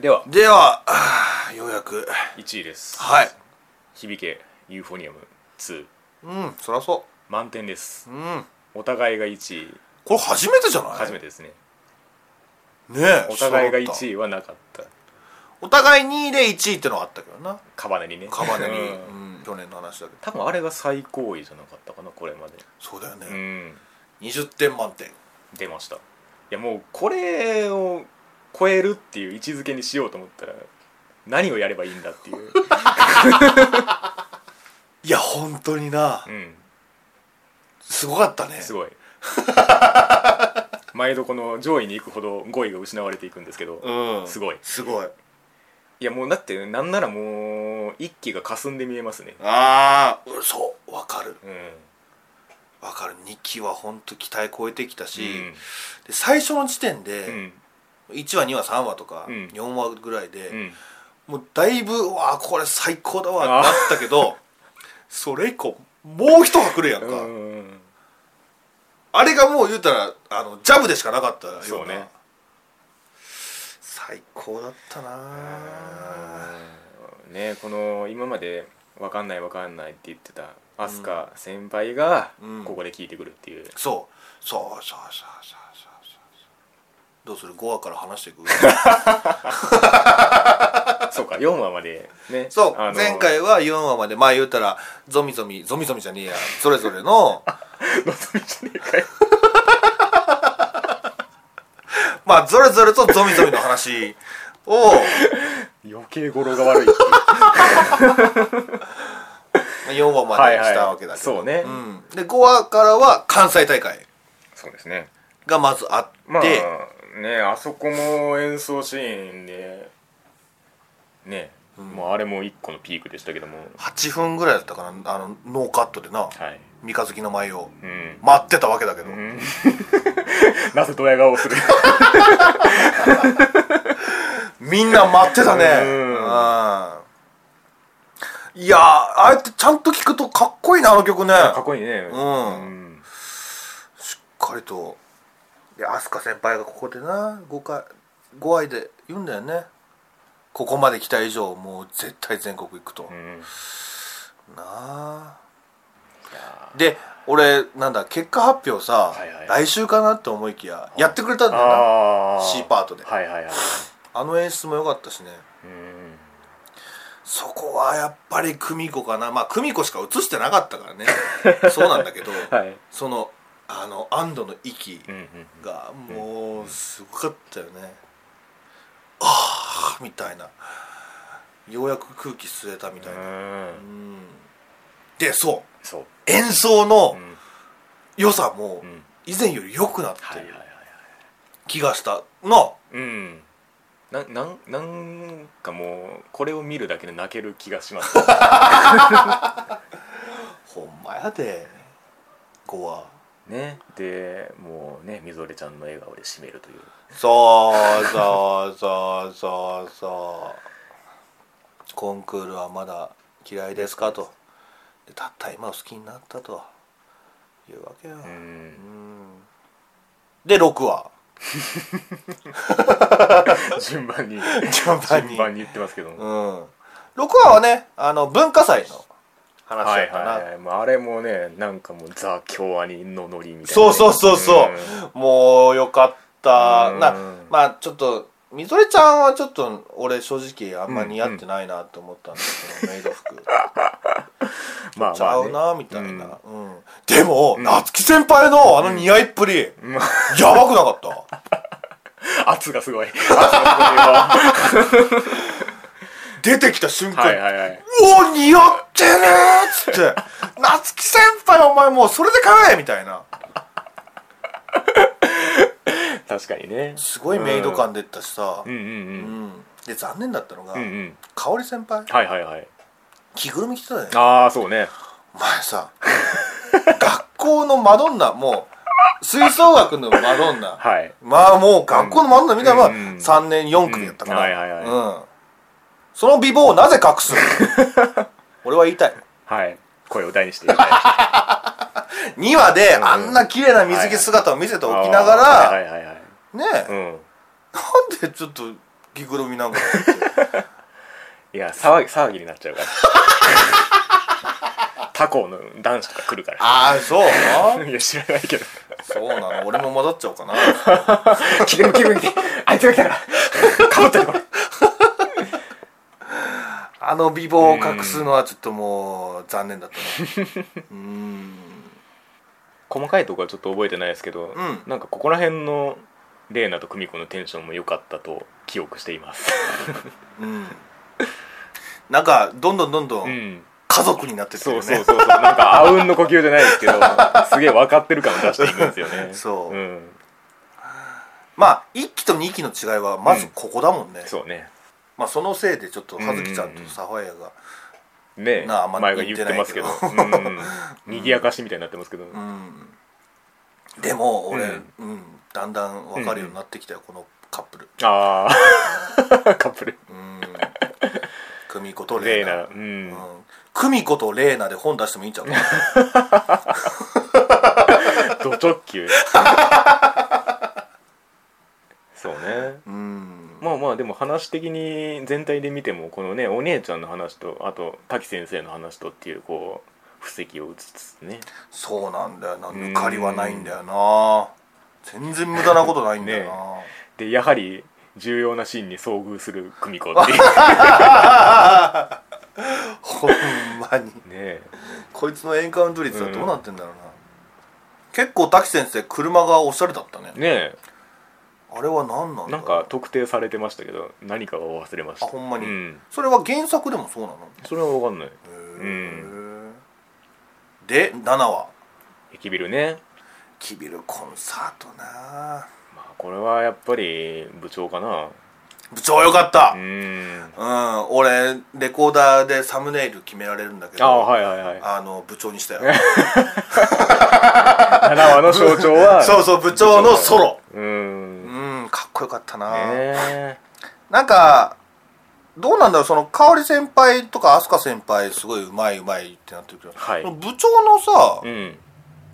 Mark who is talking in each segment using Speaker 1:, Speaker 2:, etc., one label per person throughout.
Speaker 1: では
Speaker 2: では あーようやく
Speaker 1: 1位です
Speaker 2: はい
Speaker 1: 響けユーフォニアム2
Speaker 2: うんそりゃそ
Speaker 1: 満点です
Speaker 2: ううん
Speaker 1: お互いが1位
Speaker 2: これ初めてじゃない
Speaker 1: 初めてですね
Speaker 2: ねえ
Speaker 1: お互いが
Speaker 2: 位
Speaker 1: 1位はなかった
Speaker 2: お互い2位で1位ってのはあったけど な
Speaker 1: カバネにね
Speaker 2: カバネに、
Speaker 1: うん
Speaker 2: うん、去年の話だけど
Speaker 1: 多分あれが最高位じゃなかったかなこれまで
Speaker 2: そうだよね、
Speaker 1: うん
Speaker 2: 20点満点
Speaker 1: 出ましたいやもうこれを超えるっていう位置づけにしようと思ったら何をやればいいんだって いう、
Speaker 2: いや本当にな、
Speaker 1: うん、
Speaker 2: すごかったね
Speaker 1: すごい 毎度この上位に行くほど語彙が失われていくんですけど、
Speaker 2: うん
Speaker 1: すごい
Speaker 2: すごい
Speaker 1: いやもうだってなんならもう一気が霞んで見えますね
Speaker 2: ああそうわかる
Speaker 1: うん、
Speaker 2: わかる2期は本当期待超えてきたし、
Speaker 1: うん
Speaker 2: で最初の時点
Speaker 1: う
Speaker 2: で、
Speaker 1: ん
Speaker 2: 1話2話3話とか、
Speaker 1: うん
Speaker 2: 4話ぐらいで、
Speaker 1: うん、
Speaker 2: もうだいぶうわあこれ最高だわってなったけどそれ以降もう一箱来るやんか、
Speaker 1: うん
Speaker 2: あれがもう言うたらあのジャブでしかなかったような
Speaker 1: そうね
Speaker 2: 最高だったな
Speaker 1: ねこの今まで「分かんない分かんない」って言ってた飛鳥先輩が
Speaker 2: うん
Speaker 1: ここで聞いてくるっていう、
Speaker 2: そうそうそうそうそうそうそうどうする5話から話してい く
Speaker 1: そうか4話までね
Speaker 2: そう
Speaker 1: あの
Speaker 2: 前回は4話までまあ言うたらゾミゾミゾミゾミじゃねえやそれぞれのまあそれぞれとゾミゾミの話を
Speaker 1: 余計語呂が悪い
Speaker 2: 4話までしたわけだけど、
Speaker 1: はいはいそうね
Speaker 2: うん、で5話からは関西大会
Speaker 1: そうですね
Speaker 2: がまずあって、
Speaker 1: まあねあそこも演奏シーンでね、まあ、あれも一個のピークでしたけども
Speaker 2: 8分ぐらいだったかなあのノーカットでな
Speaker 1: はい
Speaker 2: 三日月の舞を
Speaker 1: うん
Speaker 2: 待ってたわけだけど、
Speaker 1: んなぜドヤ顔を する
Speaker 2: みんな待ってたね
Speaker 1: うん
Speaker 2: うんいやーああやってちゃんと聞くとかっこいいなあの曲ね
Speaker 1: かっこいいね
Speaker 2: うん
Speaker 1: ん
Speaker 2: しっかりとで飛鳥先輩がここでな5回5愛で言うんだよねここまで来た以上もう絶対全国行くと、
Speaker 1: うん
Speaker 2: なあ
Speaker 1: いや
Speaker 2: で俺なんだ結果発表さ、
Speaker 1: はいはい
Speaker 2: 来週かなって思いきややってくれたんだよな
Speaker 1: あ
Speaker 2: C パートで
Speaker 1: はいはいはい
Speaker 2: あの演出も良かったしね
Speaker 1: うん
Speaker 2: そこはやっぱり久美子かなまあ久美子しか映してなかったから ねそうなんだけど、
Speaker 1: はい
Speaker 2: そのあの安堵の息
Speaker 1: うんうん
Speaker 2: がもうすごかったよね、ああみたいなようやく空気吸えたみたいな、うん
Speaker 1: うん
Speaker 2: でそう
Speaker 1: そう
Speaker 2: 演奏の
Speaker 1: ん
Speaker 2: 良さも
Speaker 1: ん
Speaker 2: 以前より良くなって
Speaker 1: はいはい
Speaker 2: る
Speaker 1: はい
Speaker 2: 気がしたの、
Speaker 1: うんななんなんかもうこれを見るだけで泣ける気がします
Speaker 2: ほんまやで5話
Speaker 1: ねでもうねみぞれちゃんの笑顔で締めるという
Speaker 2: そうそうそうそうそうコンクールはまだ嫌いですかとでたった今好きになったというわけよ、
Speaker 1: う
Speaker 2: うんんで6話
Speaker 1: 順番に
Speaker 2: 順番に
Speaker 1: 順番に言ってますけども、
Speaker 2: うん6話はねあの文化祭の話
Speaker 1: は
Speaker 2: だ
Speaker 1: い
Speaker 2: ったな、
Speaker 1: はいはい、まあ、あれもねなんかもうザ・京アニのノリみたいなね、
Speaker 2: そうそうそうそう、
Speaker 1: ん
Speaker 2: もうよかった、
Speaker 1: うん
Speaker 2: なまあちょっとみぞれちゃんはちょっと俺正直あんま似合ってないなと思ったんですけど、メイド 服
Speaker 1: まあまあ、ね、
Speaker 2: ちゃうなみたいな、うんでも、夏希先輩のあの似合いっぷり、やばくなか った
Speaker 1: 圧がすごい圧 がすごいよ
Speaker 2: 出てきた瞬間、
Speaker 1: はいはいはいう
Speaker 2: お似合ってねーっつって「夏希先輩お前もうそれで買え!」みたいな
Speaker 1: 確かにね
Speaker 2: すごいメイド感出てたしさ、
Speaker 1: うんうんう
Speaker 2: うんんで残念だったのが、
Speaker 1: うんうん
Speaker 2: 香織先輩
Speaker 1: はいはいはい
Speaker 2: 着ぐるみ着てたよね
Speaker 1: ああそうね
Speaker 2: お前さ学校のマドンナもう吹奏楽のマドンナ、
Speaker 1: はい
Speaker 2: まあもう学校のマドンナみたいなのは
Speaker 1: うんうん
Speaker 2: 3年4組やったから、
Speaker 1: うんはいはい
Speaker 2: うんその美貌をなぜ隠す 俺は言いたい
Speaker 1: はい声を大にして言いたい
Speaker 2: 2話であんな綺麗な水着姿を見せておきながら、
Speaker 1: はいはいはいはい
Speaker 2: ねえ、
Speaker 1: うん
Speaker 2: なんでちょっと着ぐる みなんか着て
Speaker 1: いや騒ぎ騒ぎになっちゃうから 他校の男子とか来るから
Speaker 2: ああそうない
Speaker 1: や知らないけど
Speaker 2: そうなの俺も混ざっちゃおうかな
Speaker 1: 気分気分であいつが来たからかぶってるから
Speaker 2: あの美貌を隠すのはちょっともう残念だったねうーん
Speaker 1: 細かいとこはちょっと覚えてないですけど、
Speaker 2: ん
Speaker 1: なんかここら辺の玲奈と久美子のテンションも良かったと記憶しています
Speaker 2: うんなんかどんどんどんど
Speaker 1: うんん
Speaker 2: 家族になってってる
Speaker 1: そう
Speaker 2: よ
Speaker 1: そうそ
Speaker 2: ね
Speaker 1: うそうなんかあうんの呼吸じゃないですけどすげえ分かってる感を出していくんですよね、
Speaker 2: そうんまあ1期と2期の違いはまずここだもんね
Speaker 1: そうね
Speaker 2: まあそのせいでちょっと葉月ちゃんと佐保やが
Speaker 1: ねえ
Speaker 2: なああんま
Speaker 1: 前が言ってますけど
Speaker 2: 言っ
Speaker 1: うんにぎやかしみたいになってますけど、
Speaker 2: うんでも俺
Speaker 1: うん
Speaker 2: うんだんだん分かるようになってきたよこのカップル
Speaker 1: ああ カップル
Speaker 2: うん久美子と
Speaker 1: レ
Speaker 2: 玲
Speaker 1: イナ
Speaker 2: 奈
Speaker 1: う
Speaker 2: うん
Speaker 1: ん、
Speaker 2: 久美子と玲奈で本出してもいいんちゃうか
Speaker 1: ド直 球そうね
Speaker 2: うん
Speaker 1: まあまあでも話的に全体で見てもこのねお姉ちゃんの話とあと滝先生の話とっていうこう布石を打つつつね
Speaker 2: そうなんだよな
Speaker 1: うん
Speaker 2: 抜かりはないんだよな全然無駄なことないんだよな、
Speaker 1: でやはり重要なシーンに遭遇する久美子 っていう
Speaker 2: ほんまに
Speaker 1: ねえ
Speaker 2: こいつのエンカウント率はどうなってんだろうな、結構滝先生車がおしゃれだったね
Speaker 1: ね
Speaker 2: あれは何な
Speaker 1: え
Speaker 2: んだろう
Speaker 1: なんか特定されてましたけど何かを忘れました
Speaker 2: あほんまに
Speaker 1: うん、
Speaker 2: それは原作でもそうなの
Speaker 1: それは分かんない
Speaker 2: へ
Speaker 1: ん
Speaker 2: えで7話
Speaker 1: 駅ビルね
Speaker 2: 「キビルコンサートな」
Speaker 1: まあこれはやっぱり部長かな
Speaker 2: 部長よかった
Speaker 1: う、ん
Speaker 2: うん、俺レコーダーでサムネイル決められるんだけど
Speaker 1: ああはいはいはい
Speaker 2: あの部長に したよ
Speaker 1: 七話の象徴は
Speaker 2: そうそう部長のソロ
Speaker 1: うんね
Speaker 2: うんかっこよかったな、
Speaker 1: え
Speaker 2: なんかどうなんだろうその香織先輩とか飛鳥先輩すごいうまいうまいってなってるけど、
Speaker 1: はい
Speaker 2: 部長のさ
Speaker 1: う、ん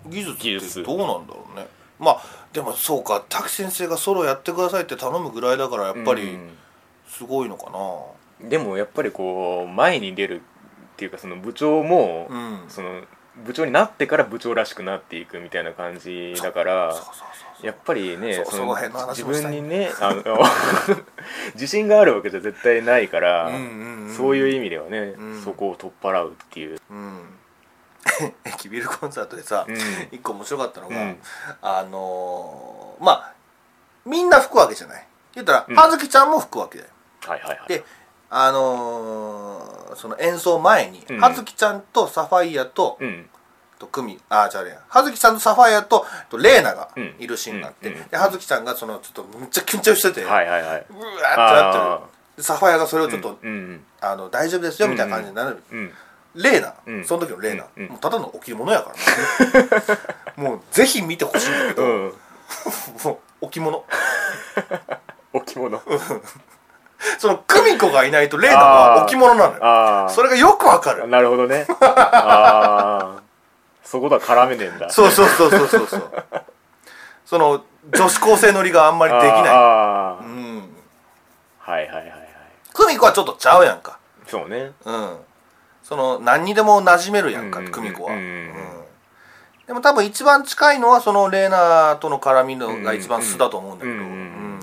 Speaker 2: 技
Speaker 1: 技
Speaker 2: 術って
Speaker 1: 術
Speaker 2: どうなんだろうねまあでもそうか滝先生がソロやってくださいって頼むぐらいだからやっぱりすごいのか
Speaker 1: でもやっぱりこう前に出るっていうかその部長も、
Speaker 2: なうん、
Speaker 1: その部長になってから部長らしくなっていくみたいな感じだから
Speaker 2: そうそうそうそう
Speaker 1: やっぱりね
Speaker 2: そうその辺の話
Speaker 1: 自
Speaker 2: もした
Speaker 1: 分
Speaker 2: い
Speaker 1: にねあの 自信があるわけじゃ絶対ないから、
Speaker 2: うんうんうん
Speaker 1: そういう意味ではね、
Speaker 2: うん
Speaker 1: そこを取っ払うっていう、
Speaker 2: うん 駅ビルコンサートでさ、
Speaker 1: うん
Speaker 2: 一個面白かったのが、
Speaker 1: うん
Speaker 2: あのーまあみんな吹くわけじゃない言ったら
Speaker 1: うん
Speaker 2: 葉月ちゃんも吹くわけだよ、
Speaker 1: はいはいはい
Speaker 2: であのーその演奏前に
Speaker 1: うん
Speaker 2: 葉月ちゃんとサファイアと,、
Speaker 1: うん
Speaker 2: とクミあじゃあね葉月ちゃんとサファイアととレーナが
Speaker 1: うん
Speaker 2: いるシーンがあって、
Speaker 1: うんうん
Speaker 2: で葉月ちゃんがそのちょっとめっちゃ緊張してて、
Speaker 1: はいはいはいう
Speaker 2: わーってなってるでサファイアがそれをちょっと、
Speaker 1: うんうん
Speaker 2: あの大丈夫ですよみたいな感じになる、
Speaker 1: うん
Speaker 2: レーナ、
Speaker 1: うん
Speaker 2: その時のレーナ、
Speaker 1: うん
Speaker 2: もうただの置物 やからねもうぜひ見てほしいんだけど、
Speaker 1: うんうん
Speaker 2: もう置物
Speaker 1: 置物
Speaker 2: その久美子がいないとレーナは置物なのよ
Speaker 1: ああ
Speaker 2: それがよくわかる
Speaker 1: なるほど ねああそことは絡めねえんだ
Speaker 2: そうそうそうそうそうそうその女子高生乗りがあんまりできない
Speaker 1: あ
Speaker 2: う
Speaker 1: ー
Speaker 2: ん
Speaker 1: はいはいはいはい
Speaker 2: 久美子はちょっとちゃうやんか
Speaker 1: そうね
Speaker 2: うんその何にでも馴染めるやんか
Speaker 1: うんうんうん
Speaker 2: 久美子は
Speaker 1: うん
Speaker 2: でも多分一番近いのはそのレーナとの絡みのが一番素だと思うんだけど
Speaker 1: うんうんうん
Speaker 2: うん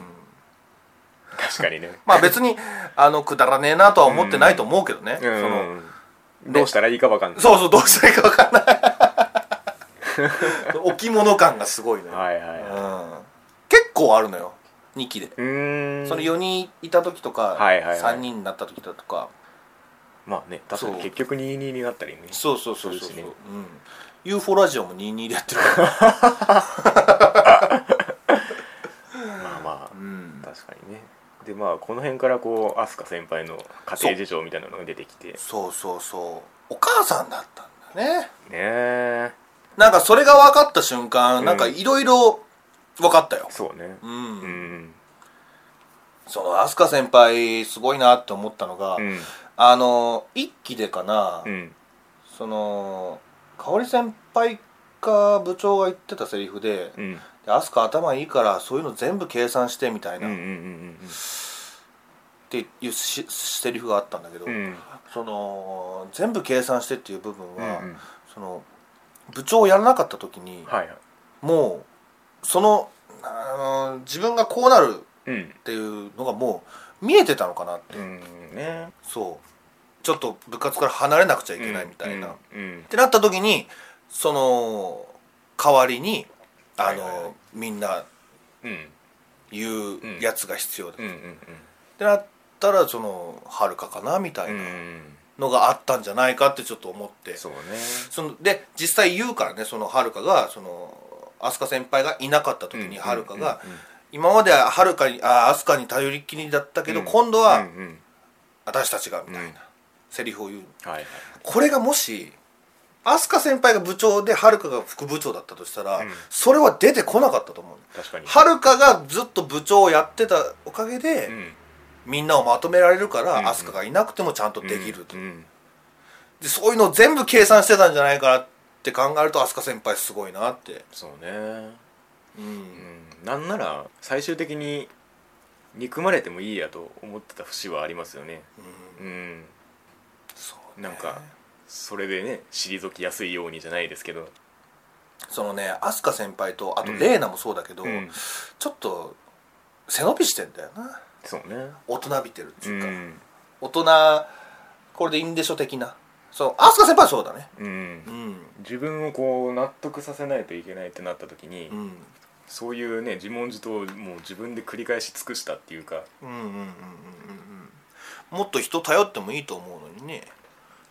Speaker 1: 確かにね
Speaker 2: まあ別にあのくだらねえなとは思ってないと思うけどね、
Speaker 1: うん
Speaker 2: その
Speaker 1: どうしたらいいかわかんない
Speaker 2: そうそうどうしたらいいかわか んない 置物感がすごいね、
Speaker 1: はいはいは
Speaker 2: うん、結構あるのよ2期で、
Speaker 1: いうーん
Speaker 2: その4人いた時とか、
Speaker 1: はいはいはい
Speaker 2: 3人になった時だとか
Speaker 1: まあね確か
Speaker 2: そう
Speaker 1: に結局22になったりね
Speaker 2: そうそうそうそう
Speaker 1: そうですね
Speaker 2: うん、UFO ラジオも22で やってるから、
Speaker 1: まあま
Speaker 2: うん
Speaker 1: あ、確かにねでまあこの辺からこう飛鳥先輩の家庭事情みたいなのが出てきてね
Speaker 2: そうそうそうお母さんだったんだね
Speaker 1: え
Speaker 2: なんかそれが分かった瞬間、
Speaker 1: ん
Speaker 2: なんかいろいろ分かったよ、
Speaker 1: そうね
Speaker 2: うん
Speaker 1: うん
Speaker 2: その飛鳥先輩すごいなって思ったのが、
Speaker 1: うん
Speaker 2: あの一期でかな、
Speaker 1: うん
Speaker 2: その香織先輩か部長が言ってたセリフで
Speaker 1: うん
Speaker 2: 「で飛鳥頭いいからそういうの全部計算して」みたい
Speaker 1: うんう
Speaker 2: な、
Speaker 1: んうんうん
Speaker 2: っていうししセリフがあったんだけど、
Speaker 1: うん
Speaker 2: その全部計算してっていう部分
Speaker 1: うんう
Speaker 2: は、
Speaker 1: ん
Speaker 2: その部長をやらなかった時に、
Speaker 1: はいはい
Speaker 2: もうその、あの自分がこうなる
Speaker 1: うん
Speaker 2: っていうのがもう見えてたのかなって、
Speaker 1: うんね
Speaker 2: そうちょっと部活から離れなくちゃいけないみたいな、っ
Speaker 1: うん
Speaker 2: てなった時にその代わりにあの、
Speaker 1: はいはいはい
Speaker 2: みんな
Speaker 1: うんうん
Speaker 2: 言うやつが必要だ、
Speaker 1: う
Speaker 2: っ
Speaker 1: んうん
Speaker 2: てなったらそのはるかかなみた
Speaker 1: う
Speaker 2: い
Speaker 1: んう
Speaker 2: なんのがあったんじゃないかってちょっと思って、
Speaker 1: そうね
Speaker 2: そので実際言うからねそのはるかがその飛鳥先輩がいなかった時にはるかが、
Speaker 1: うんうんうん
Speaker 2: 今までははるかにあ飛鳥に頼りっきりだったけど、
Speaker 1: うん
Speaker 2: 今度は
Speaker 1: うんうん
Speaker 2: 私たちがみたいな、
Speaker 1: うん
Speaker 2: セリフを言う
Speaker 1: はいはい
Speaker 2: これがもし飛鳥先輩が部長ではるかが副部長だったとしたら、
Speaker 1: うん
Speaker 2: それは出てこなかったと思う
Speaker 1: 確かに
Speaker 2: はるかがずっと部長をやってたおかげで、
Speaker 1: うん
Speaker 2: みんなをまとめられるから、
Speaker 1: うん
Speaker 2: 飛鳥がいなくてもちゃんとできると、
Speaker 1: うん
Speaker 2: でそういうのを全部計算してたんじゃないかなって考えると飛鳥先輩すごいなって
Speaker 1: そうね
Speaker 2: う
Speaker 1: うんんなんなら最終的に憎まれてもいいやと思ってた節はありますよねうん
Speaker 2: そうね
Speaker 1: なんかそれでね退きやすいようにじゃないですけど
Speaker 2: そのね飛鳥先輩とあと
Speaker 1: うん
Speaker 2: 玲奈もそうだけど、
Speaker 1: うん
Speaker 2: ちょっと背伸びしてんだよな
Speaker 1: そうね
Speaker 2: 大人びてるって
Speaker 1: う
Speaker 2: いうか、
Speaker 1: ん
Speaker 2: 大人これでいいんでしょ的なそう飛鳥先輩はそうだね
Speaker 1: うん
Speaker 2: うん
Speaker 1: 自分をこう納得させないといけないってなった時に、
Speaker 2: うん
Speaker 1: そういうね自問自答をもう自分で繰り返し尽くしたっていうか
Speaker 2: うんうんうんうんうんうんもっと人頼ってもいいと思うのにね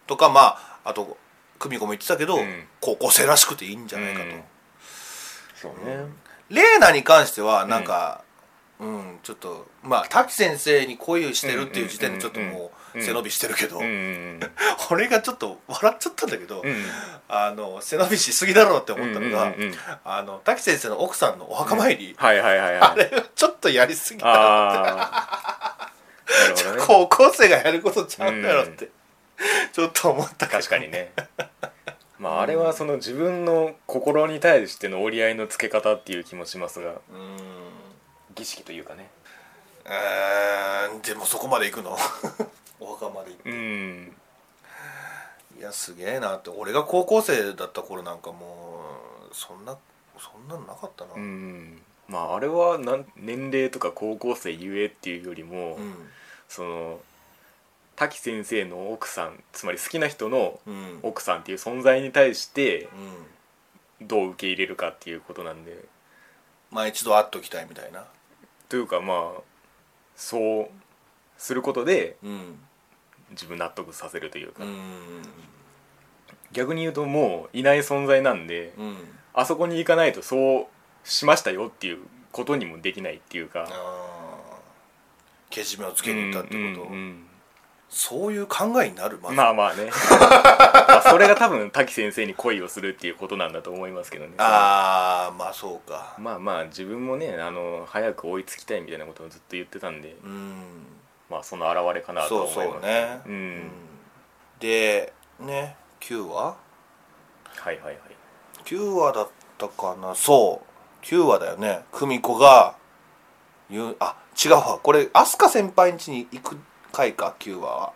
Speaker 2: とかまああと久美子も言ってたけど、
Speaker 1: うん
Speaker 2: 高校生らしくていいんじゃないかと、
Speaker 1: うんそうね
Speaker 2: レーナに関してはなんかうん、ちょっとまあ滝先生に恋をしてるっていう時点でちょっともう背伸びしてるけど、
Speaker 1: うんうん
Speaker 2: 俺がちょっと笑っちゃったんだけど、
Speaker 1: うん
Speaker 2: あの背伸びしすぎだろうって思ったのが、
Speaker 1: うんうんうんうん
Speaker 2: あの滝先生の奥さんのお墓参り、
Speaker 1: はいはいはいはい
Speaker 2: あれはちょっとやりすぎだろ
Speaker 1: ああなるほどね
Speaker 2: 高校生がやることちゃうだろって、ちょっと思ったけど
Speaker 1: 確かにねまああれはその自分の心に対しての折り合いのつけ方っていう気もしますが
Speaker 2: うーん
Speaker 1: 儀式というかね
Speaker 2: えーでもそこまで行くの お墓まで行く
Speaker 1: うん
Speaker 2: いやすげえなって俺が高校生だった頃なんかもうそんなそんなのなかったな
Speaker 1: う
Speaker 2: うん、
Speaker 1: んまああれはなん年齢とか高校生ゆえっていうよりも、その滝先生の奥さんつまり好きな人の
Speaker 2: うんうん
Speaker 1: 奥さんっていう存在に対してどう受け入れるかっていうことなんで
Speaker 2: まあ一度会っときたいみたいな
Speaker 1: というかまあそうすることで
Speaker 2: うん
Speaker 1: 自分納得させるというか、
Speaker 2: うん
Speaker 1: 逆に言うともういない存在なんで、
Speaker 2: うん
Speaker 1: あそこに行かないとそうしましたよっていうことにもできないっていう
Speaker 2: あ
Speaker 1: か
Speaker 2: あけじめをつけに行ったってこと、
Speaker 1: うんうん
Speaker 2: そういう考えになるま
Speaker 1: うん
Speaker 2: ず
Speaker 1: まあまあ ねまあそれが多分滝先生に恋をするっていうことなんだと思いますけどね
Speaker 2: ああまあそうか
Speaker 1: まあまあ自分もねあの早く追いつきたいみたいなことをずっと言ってたんで、
Speaker 2: うん
Speaker 1: まあその表れかなと
Speaker 2: そ
Speaker 1: は
Speaker 2: う
Speaker 1: 思います
Speaker 2: そうね、
Speaker 1: うん
Speaker 2: でね9話
Speaker 1: はいはいはい
Speaker 2: 9話だったかなそう9話だよね久美子が言うあ違うわこれ飛鳥先輩ん家に行く回か9話は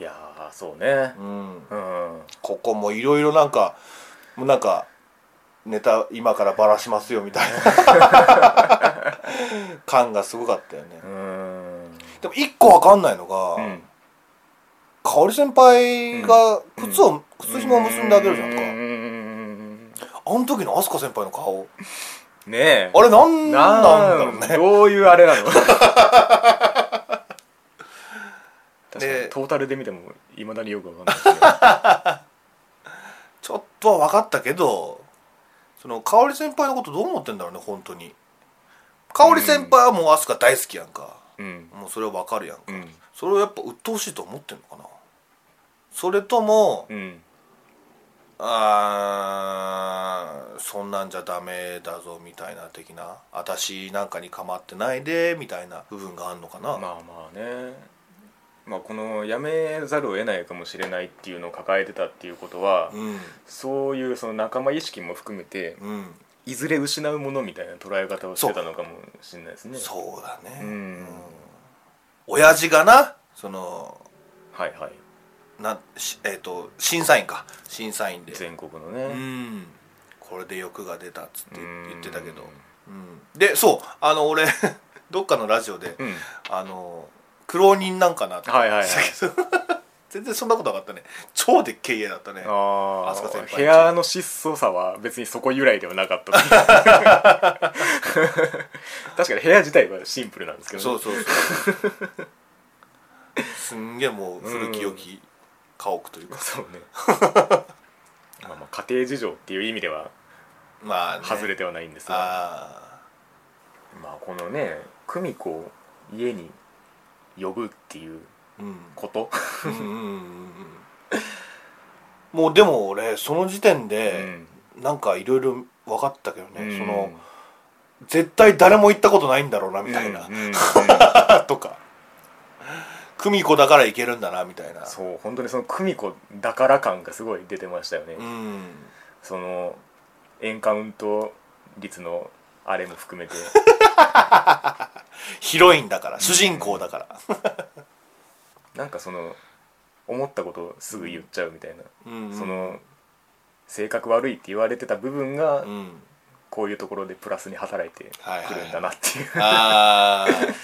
Speaker 2: い
Speaker 1: やーそうね
Speaker 2: うん
Speaker 1: うん、
Speaker 2: ここもいろいろなんかもうなんかネタ今からばらしますよみたいな 感がすごかったよね
Speaker 1: うん
Speaker 2: でも1個わかんないのが、
Speaker 1: うん、
Speaker 2: 香織先輩が靴を、靴紐を結んであげるじゃんか、
Speaker 1: うん
Speaker 2: あの時の飛鳥先輩の顔
Speaker 1: ねえ
Speaker 2: あれなん
Speaker 1: な
Speaker 2: なんだろうね
Speaker 1: どういうあれなの 確か
Speaker 2: で
Speaker 1: にトータルで見てもいまだによくわかんない ですね
Speaker 2: ちょっとは分かったけどその香織先輩のことどう思ってんだろうね本当に香織先輩はもう飛鳥大好きやんか、
Speaker 1: うん
Speaker 2: もうそれは分かるやんか、
Speaker 1: うん
Speaker 2: それをやっぱ鬱陶しいと思ってんのかなそれとも、
Speaker 1: うん
Speaker 2: あーそんなんじゃダメだぞみたいな的な私なんかに構ってないでみたいな部分があんのかな、
Speaker 1: まあまあねまあこの辞めざるを得ないかもしれないっていうのを抱えてたっていうことは、
Speaker 2: うん
Speaker 1: そういうその仲間意識も含めて
Speaker 2: うん
Speaker 1: いずれ失うものみたいな捉え方をしてたのかもしれないですね
Speaker 2: そうだね、
Speaker 1: うん
Speaker 2: 親父がなその
Speaker 1: はいはい
Speaker 2: なんしえっ、と審査員か審査員で
Speaker 1: 全国の
Speaker 2: う
Speaker 1: ね
Speaker 2: んこれで欲が出たっつって
Speaker 1: うん
Speaker 2: 言ってたけどうんでそうあの俺 どっかのラジオで、
Speaker 1: うん、
Speaker 2: あの苦労人なんかなって
Speaker 1: はいはいはい
Speaker 2: けど 全然そんなことなかったね超でっけえ家だったね
Speaker 1: あ
Speaker 2: 飛鳥先
Speaker 1: あ
Speaker 2: 輩
Speaker 1: 部屋の質素さは別にそこ由来ではなか った確かに部屋自体はシンプルなんですけど、ね、
Speaker 2: そうそうそう すんげえもう古き良き家屋というか、
Speaker 1: そうねまあまあ家庭事情っていう意味では
Speaker 2: まあ、ね、
Speaker 1: 外れてはないんですが、
Speaker 2: あ
Speaker 1: まあこのね久美子を家に呼ぶっていう
Speaker 2: あうん
Speaker 1: こと
Speaker 2: うんうんうんうんもうでも俺その時点でなんかいろいろ分かったけどね、その絶対誰も行ったことないんだろうなみたいな、
Speaker 1: うんうん
Speaker 2: とか久美子だから行けるんだなみたいな
Speaker 1: そう本当にその久美子だから感がすごい出てましたよね、
Speaker 2: うん
Speaker 1: そのエンカウント率のあれも含めて
Speaker 2: ヒロインだから主人公だから
Speaker 1: なんかその思ったことをすぐ言っちゃうみたいな、
Speaker 2: うんうん
Speaker 1: その性格悪いって言われてた部分が
Speaker 2: うん
Speaker 1: こういうところでプラスに働いてくるんだなっていう、
Speaker 2: あー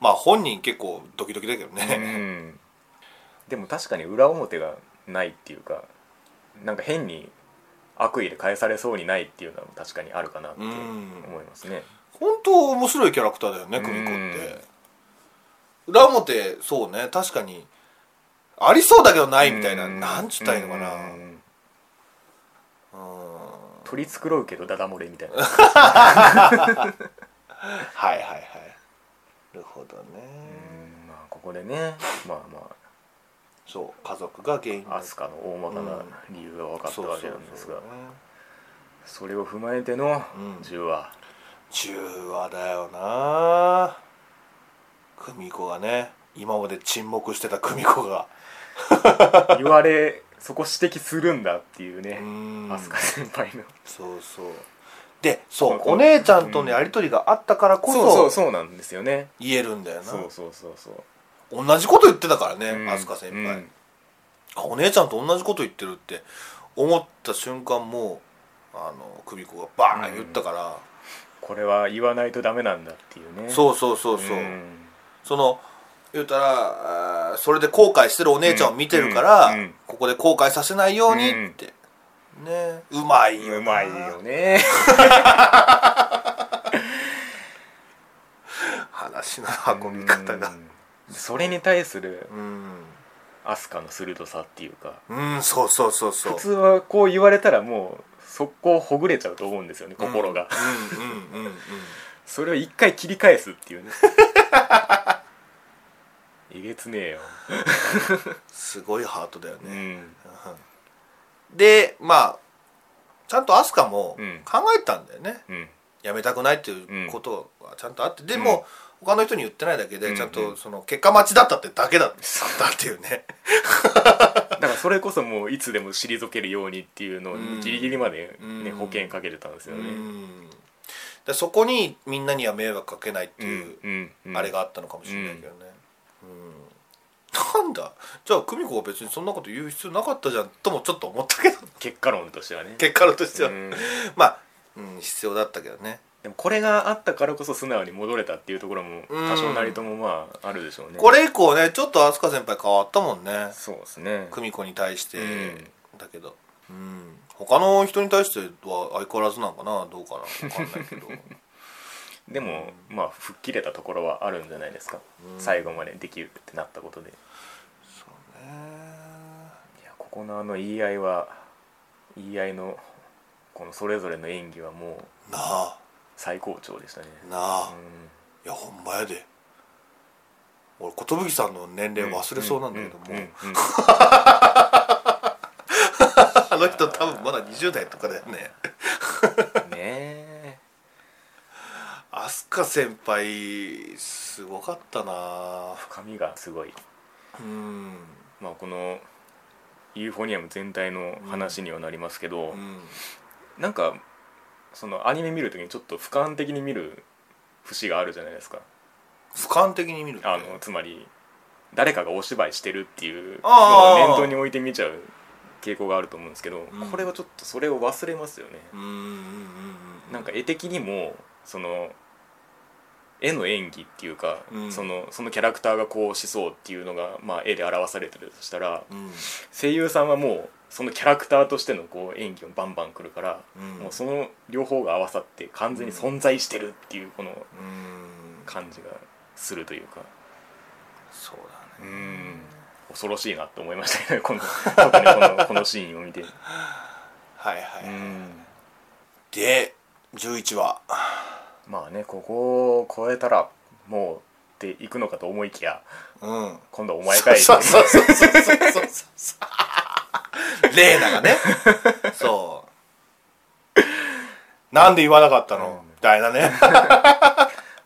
Speaker 2: まあ本人結構ドキドキだけどね、
Speaker 1: うんでも確かに裏表がないっていうかなんか変に悪意で返されそうにないっていうのは確かにあるかなって
Speaker 2: う
Speaker 1: 思
Speaker 2: ん
Speaker 1: いますね、
Speaker 2: 本当面白いキャラクターだよね
Speaker 1: うん
Speaker 2: 久美子って、裏表そうね確かにありそうだけどないみたいな、
Speaker 1: うん
Speaker 2: なんちゅったらいいのかな、
Speaker 1: うんうん
Speaker 2: うん
Speaker 1: 取り繕うけどダダ漏れみたいな
Speaker 2: はいはいはいなるほどね、
Speaker 1: うんまあここでねまあま
Speaker 2: そう家族が原因
Speaker 1: あ飛鳥の大まかな理由が分かったわけなんですが、
Speaker 2: そうそうそうね
Speaker 1: それを踏まえての
Speaker 2: うん
Speaker 1: 10話、
Speaker 2: 10話だよな久美子がね今まで沈黙してた久美子が
Speaker 1: 言われそこ指摘するんだっていう
Speaker 2: う
Speaker 1: ね
Speaker 2: ん
Speaker 1: 飛鳥先輩の
Speaker 2: そうそうでそ
Speaker 1: ま
Speaker 2: う
Speaker 1: あ
Speaker 2: お姉ちゃんとのやり取りがあったからこ
Speaker 1: そうそう
Speaker 2: そ
Speaker 1: そうなんですよね
Speaker 2: 言えるんだよな
Speaker 1: そうそうそうそう
Speaker 2: 同じこと言ってたからね、
Speaker 1: うん
Speaker 2: 飛鳥先
Speaker 1: う
Speaker 2: 輩、
Speaker 1: ん
Speaker 2: あお姉ちゃんと同じこと言ってるって思った瞬間もうあの久美子がバーン言ったから、
Speaker 1: これは言わないとダメなんだっていうね
Speaker 2: そうそうそうそう、
Speaker 1: ん
Speaker 2: その言うたらあーそれで後悔してるお姉ちゃんを見てるから、
Speaker 1: うんうん
Speaker 2: ここで後悔させないようにって、ねうまいよ
Speaker 1: う
Speaker 2: な
Speaker 1: まいよね
Speaker 2: 話の運び方が
Speaker 1: うんそれに対する
Speaker 2: うん
Speaker 1: 飛鳥の鋭さっていうか
Speaker 2: うん、そうそうそうそう
Speaker 1: 普通はこう言われたらもう速攻ほぐれちゃうと思うんですよね心が、
Speaker 2: うんうんうんうん
Speaker 1: それを一回切り返すっていう ねえげつねえよ、
Speaker 2: すごいハートだよ
Speaker 1: う
Speaker 2: ね、
Speaker 1: ん、
Speaker 2: でまあちゃんと飛鳥も
Speaker 1: うん
Speaker 2: 考えたんだよね、
Speaker 1: うん
Speaker 2: やめたくないっていうことはちゃんとあって、でも、他の人に言ってないだけ
Speaker 1: うんう
Speaker 2: で
Speaker 1: ん
Speaker 2: ちゃんとその結果待ちだったってだけだったっていうね
Speaker 1: だからそれこそもういつでも退けるようにっていうのを
Speaker 2: うん
Speaker 1: ギリギリまで、ね
Speaker 2: うん
Speaker 1: 保険かけてたんです
Speaker 2: う
Speaker 1: よね、
Speaker 2: んでそこにみんなには迷惑かけないっていう
Speaker 1: うんうん
Speaker 2: あれがあったのかもしれないけどね、うんなんだじゃあ久美子は別にそんなこと言う必要なかったじゃんともちょっと思ったけど
Speaker 1: 結果論としてはね
Speaker 2: 結果論としては、
Speaker 1: うん
Speaker 2: まあ、うん、必要だったけどね
Speaker 1: でもこれがあったからこそ素直に戻れたっていうところも多少なりともまああるでしょうね
Speaker 2: これ以降ねちょっと飛鳥先輩変わったもんね
Speaker 1: そうですね
Speaker 2: 久美子に対して
Speaker 1: うん
Speaker 2: だけど、うん、他の人に対しては相変わらずなんかなどうかな分かんない けど
Speaker 1: でもまあ吹っ切れたところはあるんじゃないですか、
Speaker 2: うん
Speaker 1: 最後までできるってなったことで
Speaker 2: そうね
Speaker 1: いやここのあの言い合いは言い合いのこのそれぞれの演技はもう
Speaker 2: なあ
Speaker 1: 最高潮でしたね、
Speaker 2: なあ、
Speaker 1: う
Speaker 2: い
Speaker 1: ん
Speaker 2: やほんまやで俺寿さんの年齢忘れそうなんだけども、
Speaker 1: うんうんうん
Speaker 2: あの人多分まだ20代とかだよね
Speaker 1: ね え
Speaker 2: 飛鳥先輩すごかったな
Speaker 1: 深みがすごい
Speaker 2: うん
Speaker 1: まあこのユーフォニアム全体の話にはなりますけど、
Speaker 2: うん
Speaker 1: なんかそのアニメ見るときにちょっと俯瞰的に見る節があるじゃないですか
Speaker 2: 俯瞰的に見るって
Speaker 1: あのつまり誰かがお芝居してるっていうの
Speaker 2: あ
Speaker 1: を
Speaker 2: ー
Speaker 1: 念頭に置いて見ちゃう傾向があると思うんですけど、
Speaker 2: ん
Speaker 1: これはちょっとそれを忘れますよね、
Speaker 2: うんうんうんうん
Speaker 1: なんか絵的にもその絵の演技っていうか、
Speaker 2: うん
Speaker 1: そのそのキャラクターがこうしそうっていうのが、まあ、絵で表されてるとしたら
Speaker 2: うん
Speaker 1: 声優さんはもうそのキャラクターとしてのこう演技をバンバンくるから、
Speaker 2: うん
Speaker 1: もうその両方が合わさって完全に存在してるっていうこの
Speaker 2: うん
Speaker 1: 感じがするというか
Speaker 2: そうだ
Speaker 1: う
Speaker 2: ね
Speaker 1: ん恐ろしいなと思いましたねこ の特にこのこのシーンを見て。
Speaker 2: はいはい、
Speaker 1: うん
Speaker 2: で11話
Speaker 1: まあねここを超えたらもうで行くのかと思いきや
Speaker 2: うん
Speaker 1: 今度はお前かい
Speaker 2: そうそうそうそうそうそうそうレーナが ねそうなんで言わなかったの、
Speaker 1: うん
Speaker 2: みたいなね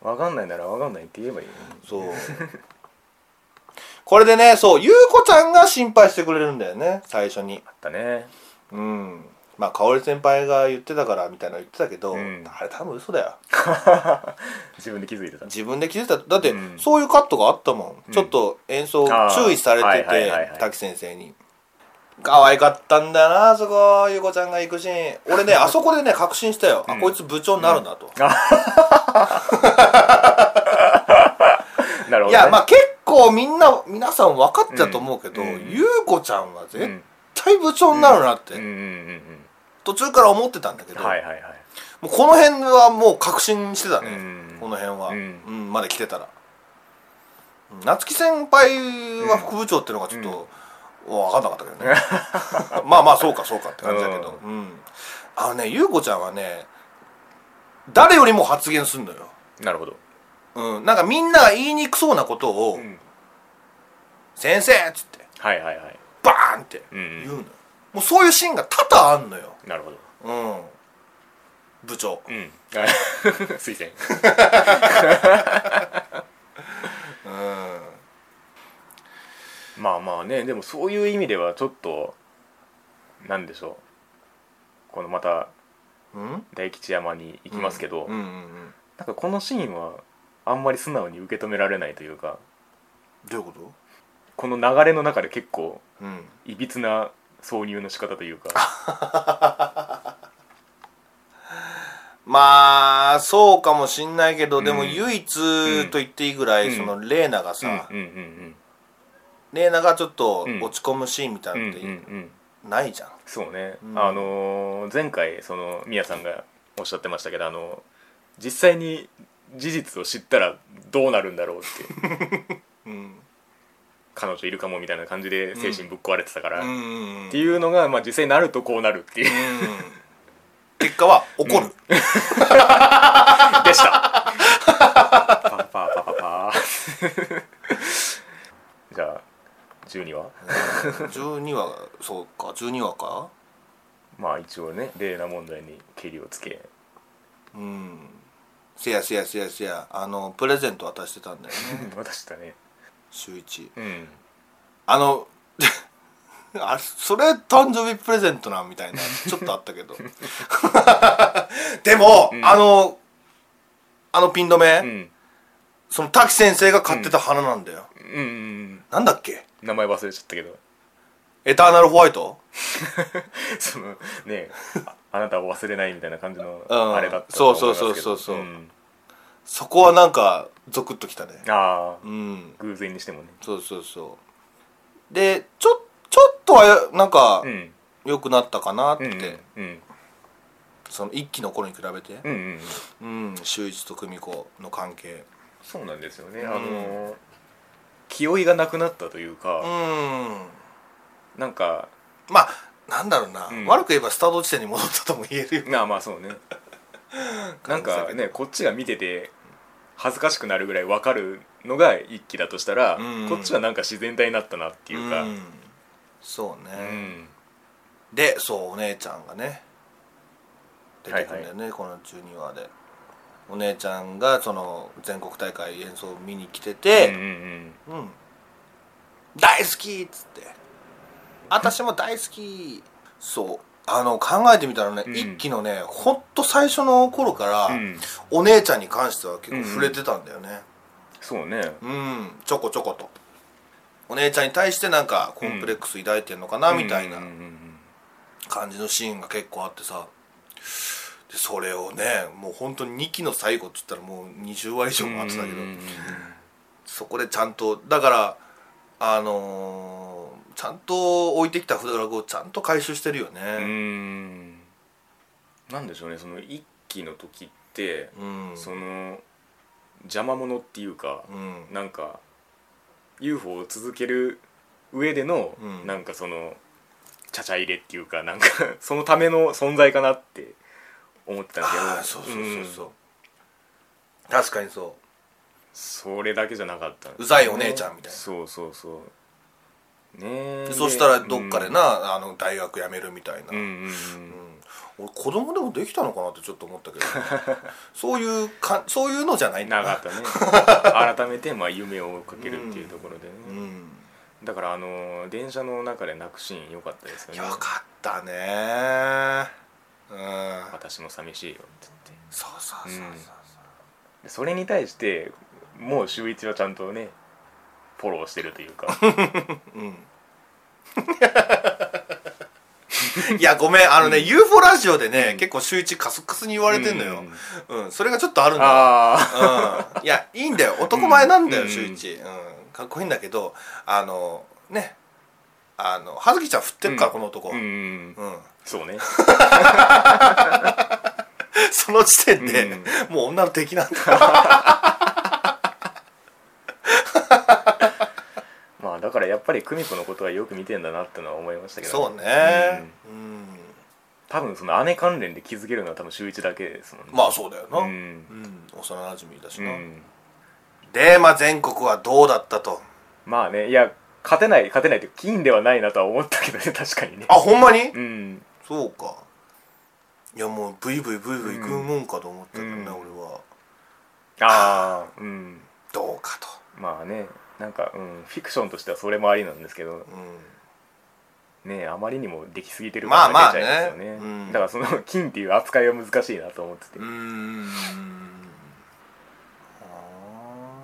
Speaker 1: わかんないならわかんないって言えばいいのに
Speaker 2: そうこれでねそう優子ちゃんが心配してくれるんだよね最初に
Speaker 1: あったね
Speaker 2: うんまあ香織先輩が言ってたからみたいなの言ってたけど、
Speaker 1: うん
Speaker 2: あれ多分嘘だよ
Speaker 1: 自分で気づいてた
Speaker 2: 自分で気づいただって、
Speaker 1: うん
Speaker 2: そういうカットがあったもん、
Speaker 1: うん
Speaker 2: ちょっと演奏
Speaker 1: あー
Speaker 2: 注意されて
Speaker 1: はいはいはいは
Speaker 2: て
Speaker 1: い
Speaker 2: 滝先生に可愛かったんだよなあそこゆうこちゃんが行くシーン 俺ねあそこでね確信したよ、
Speaker 1: う
Speaker 2: あ
Speaker 1: ん
Speaker 2: こいつ部長になるなと、
Speaker 1: なるほど、ね、
Speaker 2: いやまあ結構みんな皆さん分かってたと思うけど、
Speaker 1: うん
Speaker 2: ゆうこちゃんは
Speaker 1: う
Speaker 2: 絶
Speaker 1: ん
Speaker 2: 対部長になるなって、
Speaker 1: うんうんうん
Speaker 2: 途中から思ってたんだけ
Speaker 1: うん
Speaker 2: ど、
Speaker 1: はいはいはい
Speaker 2: もうこの辺はもう確信してたね、
Speaker 1: うん
Speaker 2: この辺は、う
Speaker 1: うんん
Speaker 2: まで来てたらうん夏木先輩は副部長っていうのがちょっと、分かんなかったけどね まあまあそうかそうかって感じだけど、うんあのね優子ちゃんはね誰よりも発言すんのよ、
Speaker 1: なるほど、
Speaker 2: うん、なんかみんなが言いにくそうなことを「先生!」っつって
Speaker 1: はいはいはい
Speaker 2: バーンって
Speaker 1: うん
Speaker 2: 言う
Speaker 1: う
Speaker 2: のよ、もうそういうシーンが多々あんのよ、
Speaker 1: んなるほど
Speaker 2: うん、部長
Speaker 1: うん 推薦
Speaker 2: うん
Speaker 1: まあまあねでもそういう意味ではちょっとなんでしょうこのまた
Speaker 2: うん
Speaker 1: 大吉山に行きますけど、
Speaker 2: うんうんうん、
Speaker 1: なんかこのシーンはあんまり素直に受け止められないというか
Speaker 2: どういうこと
Speaker 1: この流れの中で結構
Speaker 2: うん、
Speaker 1: いびつな挿入の仕方というか
Speaker 2: まあそうかもしんないけど、でも
Speaker 1: うん
Speaker 2: 唯一と言っていいぐらい、
Speaker 1: うん
Speaker 2: そのレーナが
Speaker 1: うんうん
Speaker 2: さ、
Speaker 1: うん
Speaker 2: レーナがちょっと
Speaker 1: うん
Speaker 2: 落ち込むシーンみた
Speaker 1: う
Speaker 2: い
Speaker 1: んう
Speaker 2: なんのっ
Speaker 1: うん
Speaker 2: て
Speaker 1: うん
Speaker 2: ないじゃん、
Speaker 1: そうね、
Speaker 2: うん
Speaker 1: あのー前回そのミヤさんがおっしゃってましたけどあの実際に事実を知ったらどうなるんだろうって
Speaker 2: うん
Speaker 1: 彼女いるかもみたいな感じで精神ぶっ壊れてたから、
Speaker 2: う
Speaker 1: っ
Speaker 2: ん
Speaker 1: ていうのが、まあ、実際になるとこうなるっていう
Speaker 2: 結果は怒る、
Speaker 1: でしたパパパパパじゃあ12話
Speaker 2: 12話そうか12話か
Speaker 1: まあ一応ね例な問題にけりをつけ
Speaker 2: うんせやせやせやせやあのプレゼント渡してたんだよね
Speaker 1: 渡したね
Speaker 2: 週一
Speaker 1: うん
Speaker 2: あの あそれ誕生日プレゼントなんみたいなちょっとあったけど でも、
Speaker 1: ん
Speaker 2: あのあのピン止め、
Speaker 1: うん
Speaker 2: その滝先生が買ってた花なんだよ、
Speaker 1: うんうん
Speaker 2: なんだっけ
Speaker 1: 名前忘れちゃったけど
Speaker 2: エターナルホワイト
Speaker 1: そのね ああなたを忘れないみたいな感じの
Speaker 2: うん
Speaker 1: あれだったと思いますけど
Speaker 2: そうそうそうそうそうんそこはなんかゾクッときたね
Speaker 1: ああ
Speaker 2: うん
Speaker 1: 偶然にしてもね
Speaker 2: そうそうそうでちょちょっとはやなんか
Speaker 1: うん
Speaker 2: 良くなったかなって、
Speaker 1: うんうん
Speaker 2: その一期の頃に比べて
Speaker 1: うんうん
Speaker 2: うん秀一と久美子の関係
Speaker 1: そうなんですよね
Speaker 2: ん
Speaker 1: あのー気負いがなくなったという
Speaker 2: う
Speaker 1: か
Speaker 2: ん
Speaker 1: なんか
Speaker 2: まあなんだろうな、
Speaker 1: うん
Speaker 2: 悪く言えばスタート地点に戻ったとも言えるよ
Speaker 1: まあまあそうねなんかねこっちが見てて恥ずかしくなるぐらい分かるのが一気だとしたら、
Speaker 2: うん
Speaker 1: こっちはなんか自然体になったなっていうか、
Speaker 2: んそう
Speaker 1: う
Speaker 2: ね、
Speaker 1: ん
Speaker 2: でそうお姉ちゃんがね出てくるんだよね、
Speaker 1: は
Speaker 2: この12話でお姉ちゃんがその全国大会演奏を見に来てて「うん、大好き!」っつって「私も大好き!」そうあの考えてみたらね、
Speaker 1: うん
Speaker 2: 一期のねほんと最初の頃から、
Speaker 1: うん
Speaker 2: お姉ちゃんに関しては結構触れてたんだよね、
Speaker 1: そうね
Speaker 2: うんちょこちょことお姉ちゃんに対してなんかコンプレックス抱いてんのかなみたいな
Speaker 1: うんうんうん
Speaker 2: 感じのシーンが結構あってさでそれをねもう本当に2期の最後っつったらもう20話以上もあってたけど
Speaker 1: うんうんうんうん
Speaker 2: そこでちゃんとだからあのーちゃんと置いてきたフラグをちゃんと回収してるよ
Speaker 1: うー
Speaker 2: ね
Speaker 1: んなんでしょうねその一期の時って、
Speaker 2: うん
Speaker 1: その邪魔者っていうか、
Speaker 2: うん
Speaker 1: なんか UFO を続ける上での、
Speaker 2: うん
Speaker 1: なんかそのちゃちゃ入れっていうかなんか そのための存在かなって思ってたんですけど、
Speaker 2: ああそうそうそうそううん確かにそ
Speaker 1: それだけじゃなかったんですよね
Speaker 2: うざいお姉ちゃんみたいな
Speaker 1: そうそうそうね
Speaker 2: う
Speaker 1: え
Speaker 2: そしたらどっかでな、あの大学辞めるみたいな、
Speaker 1: うんうんうん
Speaker 2: 俺子供でもできたのかなってちょっと思ったけど そういうかそういうのじゃない
Speaker 1: うんん、
Speaker 2: だ
Speaker 1: なか
Speaker 2: な
Speaker 1: ったね改 めてまあ夢を追いかけるっていうところでね、
Speaker 2: うん
Speaker 1: だからあのー電車の中で泣くシーン良かったですよね
Speaker 2: よかったねうん
Speaker 1: 私も寂しいよって言って
Speaker 2: そうそうそうそうそう
Speaker 1: でそれに対してもう秀一はちゃんとねフォローしてるというか
Speaker 2: いやごめんあのね、UFO ラジオでね、結構週一カスカスに言われてんのよ、うんそれがちょっとあるんだよ
Speaker 1: あ
Speaker 2: うんいやいいんだ よ男前なんだ
Speaker 1: う
Speaker 2: よ
Speaker 1: ん
Speaker 2: 周一、うんかっこいいんだけどあのねあの葉月ちゃん振ってるから、
Speaker 1: うん
Speaker 2: この男、
Speaker 1: あう
Speaker 2: うん
Speaker 1: んそうね
Speaker 2: その時点で、もう女の敵なんだ
Speaker 1: まあだからやっぱり久美子のことはよく見てんだなってのは思いましたけど
Speaker 2: そうね
Speaker 1: うん
Speaker 2: うん、
Speaker 1: 多分その姉関連で気づけるのは多分秀一だけですもんね
Speaker 2: まあそうだよな、う
Speaker 1: うんん
Speaker 2: 幼馴染だし
Speaker 1: う
Speaker 2: な、
Speaker 1: ん
Speaker 2: でまあ全国はどうだったと
Speaker 1: まあねいや勝てない勝てないって金ではないなとは思ったけどね 確かにね
Speaker 2: あほんまに
Speaker 1: うん
Speaker 2: そうかいやもうブイブイブイブイ行くもんかと思ったけどね、
Speaker 1: うん
Speaker 2: 俺は
Speaker 1: ああうん
Speaker 2: どうかと
Speaker 1: まあねなんか、うん、フィクションとしてはそれもありなんですけど
Speaker 2: う
Speaker 1: ねあまりにもできすぎてる
Speaker 2: まあまあね
Speaker 1: から出ちゃいますよ
Speaker 2: うん
Speaker 1: だからその金っていう扱いは難しいなと思ってて、
Speaker 2: んうん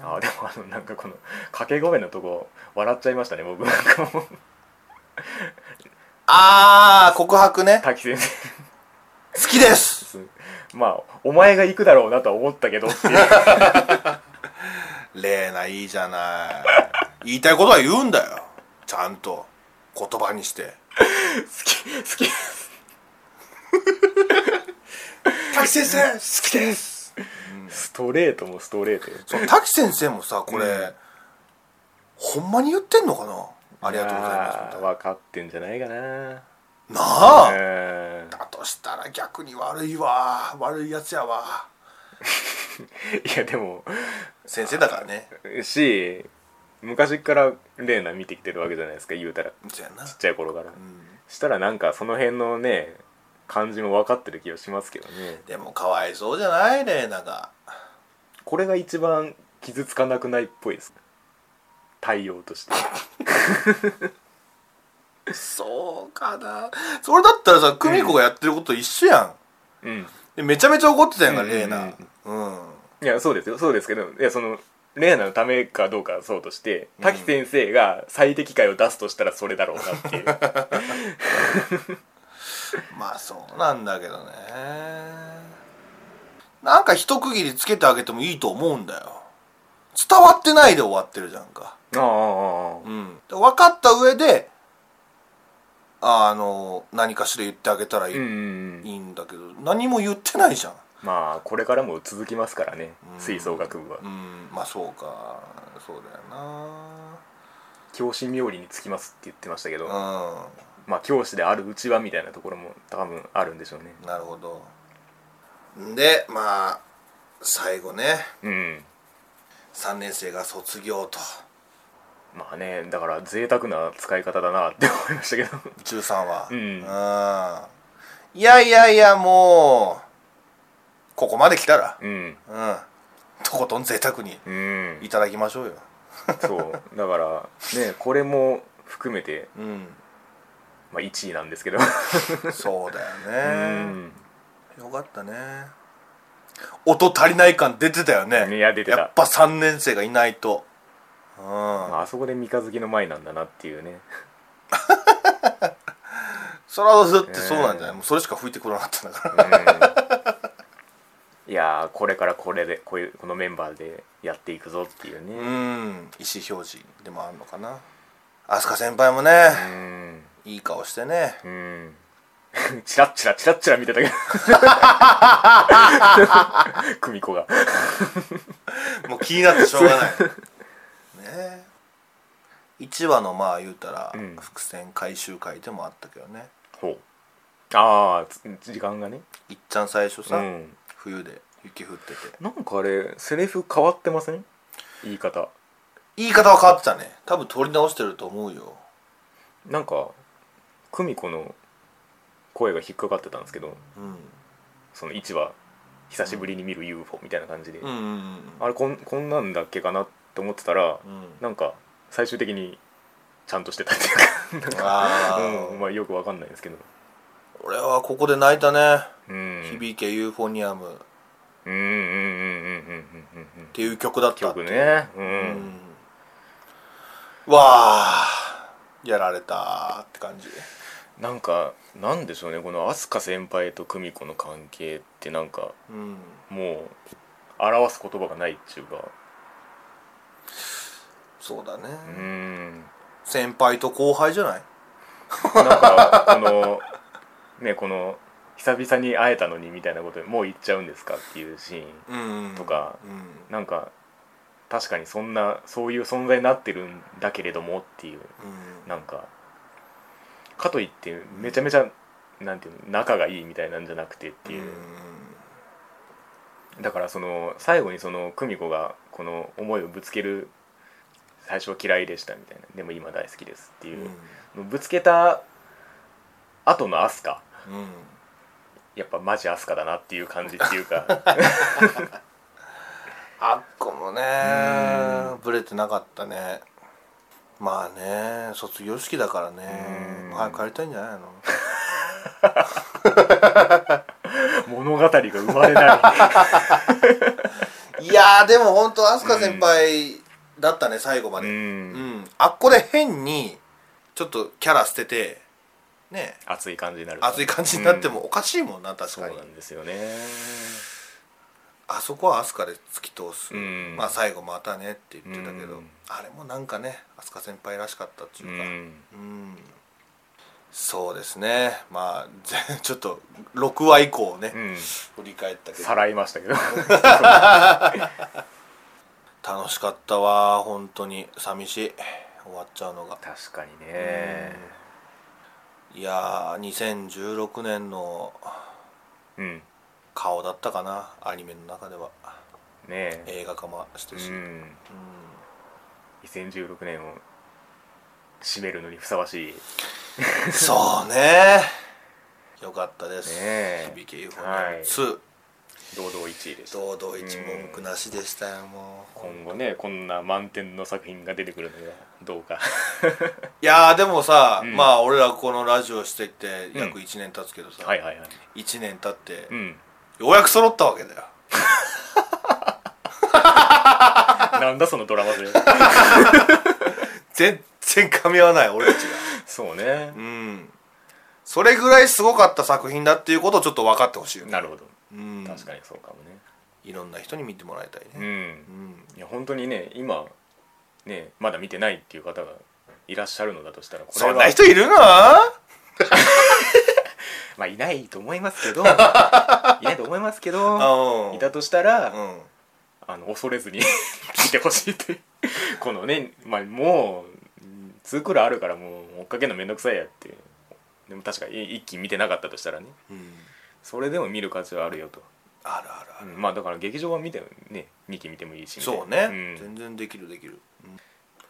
Speaker 1: ああでもあのなんかこの掛け声のとこ笑っちゃいましたね僕なんかもう
Speaker 2: あー告白ね
Speaker 1: 滝先生
Speaker 2: 好きです
Speaker 1: まあお前が行くだろうなとは思ったけど っていう
Speaker 2: レーナいいじゃない言いたいことは言うんだよちゃんと言葉にして
Speaker 1: 好き好きです
Speaker 2: 滝先生好きです
Speaker 1: ストレートもストレートよ
Speaker 2: そう滝先生もさこれ、
Speaker 1: うん
Speaker 2: ほんまに言ってんのかなありがとうございますみたいな
Speaker 1: 分かってんじゃないかな
Speaker 2: な あ、
Speaker 1: うん
Speaker 2: だとしたら逆に悪いわ悪いやつやわ
Speaker 1: いやでも
Speaker 2: 先生だからね
Speaker 1: し昔からレーナ見てきてるわけじゃないですか言うたら
Speaker 2: そうやな
Speaker 1: ちっちゃい頃から、
Speaker 2: うん
Speaker 1: したらなんかその辺のね感じも分かってる気がしますけどね
Speaker 2: でもかわいそうじゃないレーナが
Speaker 1: これが一番傷つかなくないっぽいです対応として
Speaker 2: そうかなそれだったらさ久美子がやってること一緒やん、
Speaker 1: うん
Speaker 2: でめちゃめちゃ怒ってたやんか、
Speaker 1: うんうんうん
Speaker 2: レーナうん
Speaker 1: いやそうですよそうですけどいやそのレーナのためかどうかはそうとして
Speaker 2: うん
Speaker 1: 滝先生が最適解を出すとしたらそれだろうな っていう
Speaker 2: まあそうなんだけどねなんか一区切りつけてあげてもいいと思うんだよ伝わってないで終わってるじゃんか
Speaker 1: ああああ
Speaker 2: うんで分かった上であの何かしら言ってあげたらいい,、、
Speaker 1: うんうんんうん
Speaker 2: だけど何も言ってないじゃん
Speaker 1: まあこれからも続きますからね
Speaker 2: うん
Speaker 1: 吹奏楽部は
Speaker 2: うんまあそうかそうだよな
Speaker 1: 教師冥利につきますって言ってましたけど
Speaker 2: うん
Speaker 1: まあ教師であるうちはみたいなところも多分あるんでしょうね
Speaker 2: なるほどでまあ最後ね
Speaker 1: うん
Speaker 2: 3年生が卒業と
Speaker 1: まあねだから贅沢な使い方だなって思いましたけど
Speaker 2: 13は
Speaker 1: うん
Speaker 2: うんいやいやいやもうここまで来たら
Speaker 1: うん
Speaker 2: うんとことん贅沢に
Speaker 1: うん
Speaker 2: いただきましょうよ
Speaker 1: そうだからねこれも含めて、
Speaker 2: うん
Speaker 1: まあ、1位なんですけど
Speaker 2: そうだ
Speaker 1: う
Speaker 2: よね
Speaker 1: ん
Speaker 2: よかったね音足りない感出てたよね
Speaker 1: いや出てた
Speaker 2: やっぱ3年生がいないとうん
Speaker 1: まあ、あそこで三日月の前なんだなっていう ね
Speaker 2: それはだってそうなんじゃない、もうそれしか吹いてこなかったんだから
Speaker 1: いやーこれからこれでこういうこのメンバーでやっていくぞっていう
Speaker 2: う
Speaker 1: ね
Speaker 2: ん意思表示でもあるのかな飛鳥先輩もね、
Speaker 1: うん
Speaker 2: いい顔してね
Speaker 1: うん チラッチラチラッチラ見てたけど 久美子が
Speaker 2: もう気になってしょうがないねえ1話のまあ言うたら、
Speaker 1: うん
Speaker 2: 伏線回収会でもあったけどね
Speaker 1: ほうああ時間がね
Speaker 2: いっちゃん最初さ、
Speaker 1: うん
Speaker 2: 冬で雪降ってて
Speaker 1: なんかあれセリフ変わってません言い方
Speaker 2: 言い方は変わってたね多分取り直してると思うよ
Speaker 1: なんか久美子の声が引っかかってたんですけど
Speaker 2: うん
Speaker 1: その1話久しぶりに見る UFO みたいな感じで、
Speaker 2: うんうんうん
Speaker 1: あれこんこんなんだっけかなって思ってたら、
Speaker 2: うん
Speaker 1: なんか最終的にちゃんとしてたっていうかなんか
Speaker 2: あー
Speaker 1: うんまあよくわかんないですけど、
Speaker 2: 俺はここで泣いたね
Speaker 1: うん、
Speaker 2: 「響けユーフォニアム」っ
Speaker 1: うんうんうんうんうんうんうんうん
Speaker 2: ていう曲だったって
Speaker 1: 曲ねう、
Speaker 2: うんんわあやられたって感じ
Speaker 1: なんかなんでしょうねこの飛鳥先輩と久美子の関係ってなんか
Speaker 2: うん
Speaker 1: もう表す言葉がないっていうか
Speaker 2: そうだね、
Speaker 1: うん
Speaker 2: 先輩と後輩じゃない
Speaker 1: なんかこの ねこの久々に会えたのにみたいなことでもう行っちゃうんですかっていうシーン
Speaker 2: うん
Speaker 1: とか
Speaker 2: うん
Speaker 1: なんか確かにそんなそういう存在になってるんだけれどもっていう
Speaker 2: うん
Speaker 1: なんかかといってめちゃめちゃなんていうの仲がいいみたいなんじゃなくてっていう、だからその最後にその久美子がこの思いをぶつける最初は嫌いでしたみたいなでも今大好きですって
Speaker 2: うん
Speaker 1: いう、ぶつけた後の飛鳥
Speaker 2: うん
Speaker 1: やっぱマジ飛鳥だなっていう感じっていう か
Speaker 2: あっこもねブレてなかったねまあね卒業式だからね
Speaker 1: うん
Speaker 2: 早く帰りたいんじゃないの
Speaker 1: 物語が生まれない
Speaker 2: やーでも本当飛鳥先輩だったね最後ま
Speaker 1: い、う、
Speaker 2: でうんんあっこで変にちょっとキャラ捨ててね
Speaker 1: 熱い感じになる
Speaker 2: 熱い感じになってもおかしいもんな確
Speaker 1: そう
Speaker 2: かに
Speaker 1: なんですよね
Speaker 2: あそこは飛鳥で突き通す、
Speaker 1: うん
Speaker 2: まあ最後またねって言ってたけど、
Speaker 1: うん
Speaker 2: あれもなんかね飛鳥先輩らしかったって
Speaker 1: う
Speaker 2: いうか
Speaker 1: ん
Speaker 2: うん、そうですねまあ ぜちょっと6話以降ね、
Speaker 1: うん
Speaker 2: 振り返ったけど
Speaker 1: さらいましたけど
Speaker 2: 楽しかったわ本当に寂しい終わっちゃうのが、
Speaker 1: 確かにね
Speaker 2: いやー2016年の
Speaker 1: うんね
Speaker 2: 顔だったかなアニメの中では
Speaker 1: え
Speaker 2: 映画化もしてし、
Speaker 1: う
Speaker 2: うん
Speaker 1: ん2016年を締めるのにふさわしい
Speaker 2: そ うねよかったです、
Speaker 1: ねえ
Speaker 2: 響け UFO 2、
Speaker 1: 堂々1位でした
Speaker 2: 堂々一文句なしでしたよもう
Speaker 1: 今後ねこんな満点の作品が出てくるのがどう か
Speaker 2: いやーでもさ、
Speaker 1: うん
Speaker 2: まあ俺らこのラジオしてきて
Speaker 1: うん
Speaker 2: 約1年経つけどさ、
Speaker 1: はいはいはい
Speaker 2: 1年経って、
Speaker 1: うん
Speaker 2: ようやく揃ったわけだよ
Speaker 1: なんだそのドラマ で
Speaker 2: 全然噛み合わない俺たちが
Speaker 1: そうね
Speaker 2: うんそれぐらいすごかった作品だっていうことをちょっと分かってほしいよね
Speaker 1: なるほど
Speaker 2: うん
Speaker 1: 確かにそうかもね
Speaker 2: いろんな人に見てもらいたい
Speaker 1: うん
Speaker 2: ね、うん
Speaker 1: いや本当にね今ねまだ見てないっていう方がいらっしゃるのだとしたらこれは
Speaker 2: そんな人いるな
Speaker 1: まあいないと思いますけ どいないと思いますけど
Speaker 2: うん
Speaker 1: いたとしたら、
Speaker 2: うん
Speaker 1: あの恐れずに 見てほしいというこのね、まあ、もう2クールあるからもう追っかけるのめんどくさいやってでも確かに一気に見てなかったとしたらね
Speaker 2: うん
Speaker 1: それでも見る価値はあるよと、
Speaker 2: あるあるあ
Speaker 1: う
Speaker 2: る、
Speaker 1: んまあだから劇場は見てね2期見てもいいしみたいな
Speaker 2: そうね、
Speaker 1: ん
Speaker 2: 全然できるできる、うん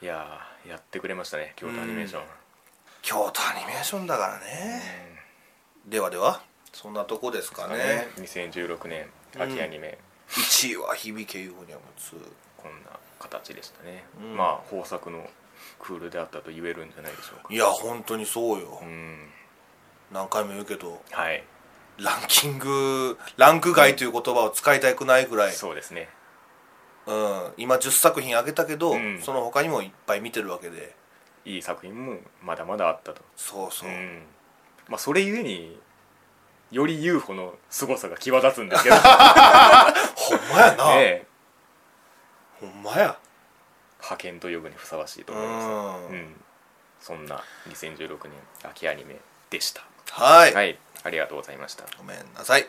Speaker 1: いやーやってくれましたね京都アニメーション、
Speaker 2: 京都アニメーションだからね、ではではそんなとこですかね
Speaker 1: ね2016年秋アニメ、
Speaker 2: 1位は響けユーフォニアム
Speaker 1: こんな形でしたね、
Speaker 2: うん
Speaker 1: まあ豊作のクールであったと言えるんじゃないでしょうか
Speaker 2: 2いや本当にそうよ、
Speaker 1: うん
Speaker 2: 何回も言うけど
Speaker 1: はい
Speaker 2: ランキングランク外という言葉を使いたくないぐらい、
Speaker 1: そうですね
Speaker 2: うん、今10作品あげたけど、
Speaker 1: うん
Speaker 2: その他にもいっぱい見てるわけで
Speaker 1: いい作品もまだまだあったと
Speaker 2: そうそう、
Speaker 1: うんまあそれゆえにより UFO の凄さが際立つんですけどね
Speaker 2: ほんまやな、
Speaker 1: え
Speaker 2: ほんまや
Speaker 1: 派遣と呼ぶにふさわしいと
Speaker 2: う
Speaker 1: 思います
Speaker 2: ん、
Speaker 1: うんそんな2016年秋アニメでした
Speaker 2: はい、
Speaker 1: はいありがとうございました
Speaker 2: ごめんなさい